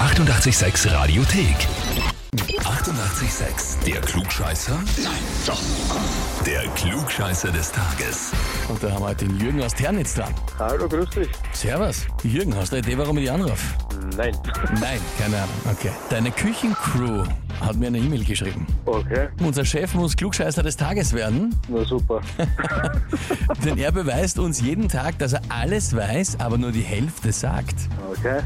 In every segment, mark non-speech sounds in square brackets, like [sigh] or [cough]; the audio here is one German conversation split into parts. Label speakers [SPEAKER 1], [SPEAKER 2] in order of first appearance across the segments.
[SPEAKER 1] 886 Radiothek. 88,6. Der Klugscheißer? Nein, doch. Der Klugscheißer des Tages.
[SPEAKER 2] Und da haben wir heute den Jürgen aus Ternitz dran.
[SPEAKER 3] Hallo, grüß dich.
[SPEAKER 2] Servus. Jürgen, hast du eine Idee, warum ich dich anrufe?
[SPEAKER 3] Nein.
[SPEAKER 2] Nein, keine Ahnung. Okay. Deine Küchencrew hat mir eine E-Mail geschrieben.
[SPEAKER 3] [laughs] Okay,
[SPEAKER 2] Unser Chef muss Klugscheißer des Tages [laughs] werden,
[SPEAKER 3] na super.
[SPEAKER 2] denn er beweist uns jeden Tag, dass er alles weiß, aber nur die Hälfte sagt.
[SPEAKER 3] Okay.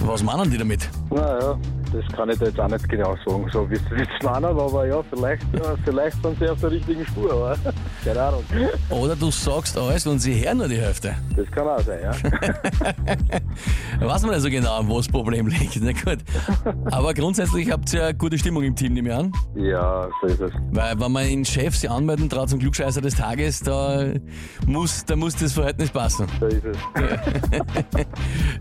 [SPEAKER 2] Was meinen die damit?
[SPEAKER 3] Naja, das kann ich dir jetzt auch nicht genau sagen, so wie es meinen, aber ja, vielleicht, äh, vielleicht sind sie auf der richtigen Spur, aber [laughs] keine Ahnung.
[SPEAKER 2] Oder du sagst alles und sie hören nur die Hälfte.
[SPEAKER 3] Das kann auch sein, ja.
[SPEAKER 2] Weiß man also genau, wo das Problem [laughs] liegt. Na gut. Aber grundsätzlich habt ihr eine gute Stimmung im Team, nehme ich an.
[SPEAKER 3] Ja, so ist es.
[SPEAKER 2] Weil wenn man den Chef sie anmelden traut zum Glückscheißer des Tages, da muss, da muss das Verhältnis passen.
[SPEAKER 3] So ist es.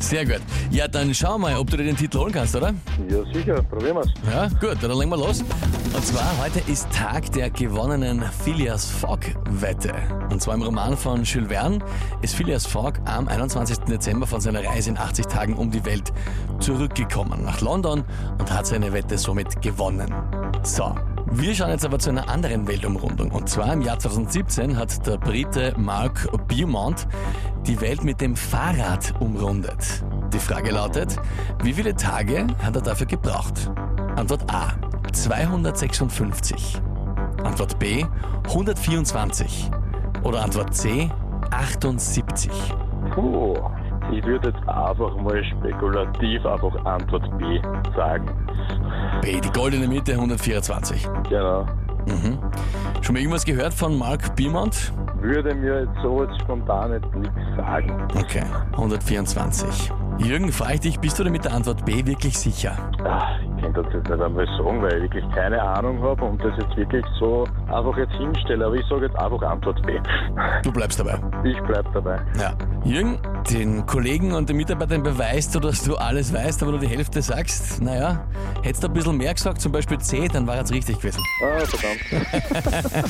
[SPEAKER 2] Sehr gut. Ja, dann schau mal, ob du dir den Titel holen kannst, oder?
[SPEAKER 3] Ja, sicher, probieren wir's.
[SPEAKER 2] Ja, gut, dann legen wir los. Und zwar, heute ist Tag der gewonnenen Phileas Fogg-Wette. Und zwar im Roman von Jules Verne ist Phileas Fogg am 21. Dezember von seiner Reise in 80 Tagen um die Welt zurückgekommen nach London und hat seine Wette somit gewonnen. So. Wir schauen jetzt aber zu einer anderen Weltumrundung. Und zwar im Jahr 2017 hat der Brite Mark Beaumont die Welt mit dem Fahrrad umrundet. Die Frage lautet, wie viele Tage hat er dafür gebraucht? Antwort A 256. Antwort B 124. Oder Antwort C 78.
[SPEAKER 3] Puh. Ich würde jetzt einfach mal spekulativ einfach Antwort B sagen.
[SPEAKER 2] B, die goldene Mitte 124.
[SPEAKER 3] Genau.
[SPEAKER 2] Schon mal irgendwas gehört von Mark Beaumont?
[SPEAKER 3] Würde mir jetzt so jetzt spontan jetzt nichts sagen.
[SPEAKER 2] Okay, 124. Jürgen, frage ich dich, bist du dir mit der Antwort B wirklich sicher?
[SPEAKER 3] Ach, Ah, ich kann das jetzt nicht einmal sagen, weil ich wirklich keine Ahnung habe und das jetzt wirklich so einfach jetzt hinstelle. Aber ich sage jetzt einfach Antwort B.
[SPEAKER 2] Du bleibst dabei.
[SPEAKER 3] Ich bleib dabei.
[SPEAKER 2] Ja. Jürgen, den Kollegen und den Mitarbeitern beweist du, dass du alles weißt, aber nur die Hälfte sagst. Naja, hättest du ein bisschen mehr gesagt, zum Beispiel C, dann war es richtig gewesen.
[SPEAKER 3] Ah, verdammt.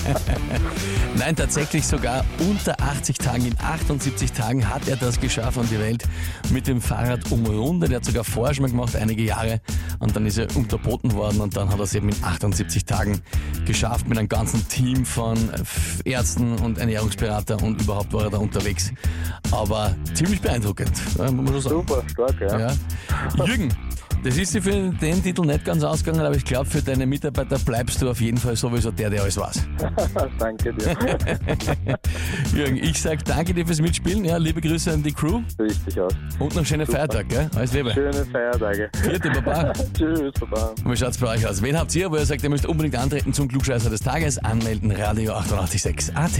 [SPEAKER 2] Nein, tatsächlich sogar unter 80 Tagen, in 78 Tagen hat er das geschafft und die Welt mit dem Fahrrad um umrundet. Er hat sogar vorher schon mal gemacht, einige Jahre, und dann ist er unterboten worden und dann hat er es eben in 78 Tagen geschafft mit einem ganzen Team von äh, Ärzten und Ernährungsberater und überhaupt war er da unterwegs. Aber ziemlich beeindruckend, äh, muss man schon sagen.
[SPEAKER 3] Super, stark, ja.
[SPEAKER 2] Ja. Jürgen, das ist dir für den Titel nicht ganz ausgegangen, aber ich glaube, für deine Mitarbeiter bleibst du auf jeden Fall sowieso der, der alles weiß.
[SPEAKER 3] [laughs] Danke dir.
[SPEAKER 2] Jürgen, ich sag danke dir fürs Mitspielen. Ja, liebe Grüße an die Crew
[SPEAKER 3] Richtig aus.
[SPEAKER 2] und noch schönen Feiertag, gell? Alles Liebe.
[SPEAKER 3] Schöne Feiertage.
[SPEAKER 2] Vierte Baba.
[SPEAKER 3] Tschüss, Baba.
[SPEAKER 2] Und wie schaut's bei euch aus? Wen habt ihr, wo ihr sagt, ihr müsst unbedingt antreten zum Klugscheißer des Tages? Anmelden, Radio 886 AT.